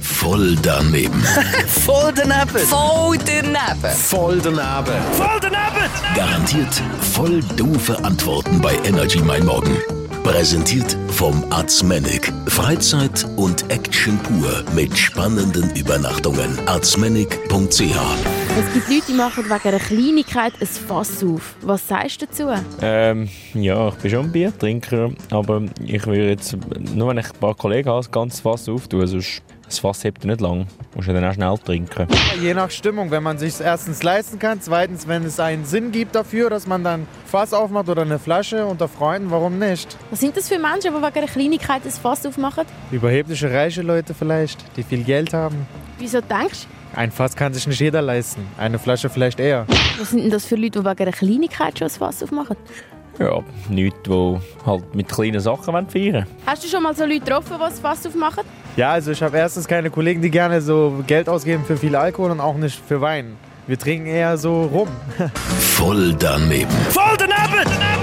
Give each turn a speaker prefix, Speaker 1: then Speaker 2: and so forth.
Speaker 1: Voll daneben.
Speaker 2: Voll daneben.
Speaker 3: Voll daneben.
Speaker 4: Voll daneben.
Speaker 1: Garantiert voll doofe Antworten bei Energy Mein Morgen. Präsentiert vom Arzmenig. Freizeit und Action pur mit spannenden Übernachtungen. Arzmenig.ch
Speaker 5: Es gibt Leute, die machen wegen einer Kleinigkeit ein Fass auf. Was sagst du dazu?
Speaker 6: Ähm, ja, ich bin schon ein Biertrinker, aber ich würde jetzt, nur wenn ich ein paar Kollegen habe, das ganze Fass auftun, sonst das Fass hebt ja nicht lang. Musst du dann auch schnell trinken.
Speaker 4: Je nach Stimmung, wenn man sich erstens leisten kann, zweitens, wenn es einen Sinn gibt dafür, dass man dann Fass aufmacht oder eine Flasche unter Freunden, warum nicht?
Speaker 5: Was sind das für Menschen, die wegen einer Kleinigkeit ein Fass aufmachen?
Speaker 4: Überhebliche reiche Leute vielleicht, die viel Geld haben.
Speaker 5: Wieso denkst
Speaker 4: Ein Fass kann sich nicht jeder leisten, eine Flasche vielleicht eher.
Speaker 5: du? Was sind denn das für Leute, die wegen einer Kleinigkeit schon ein Fass aufmachen?
Speaker 6: Ja, nichts, die halt mit kleinen Sachen feiern wollen.
Speaker 5: Hast du schon mal so Leute getroffen, die ein Fass aufmachen?
Speaker 4: Ja, also ich habe erstens keine Kollegen, die gerne so Geld ausgeben für viel Alkohol und auch nicht für Wein. Wir trinken eher so rum.
Speaker 1: Voll daneben.
Speaker 2: Voll daneben!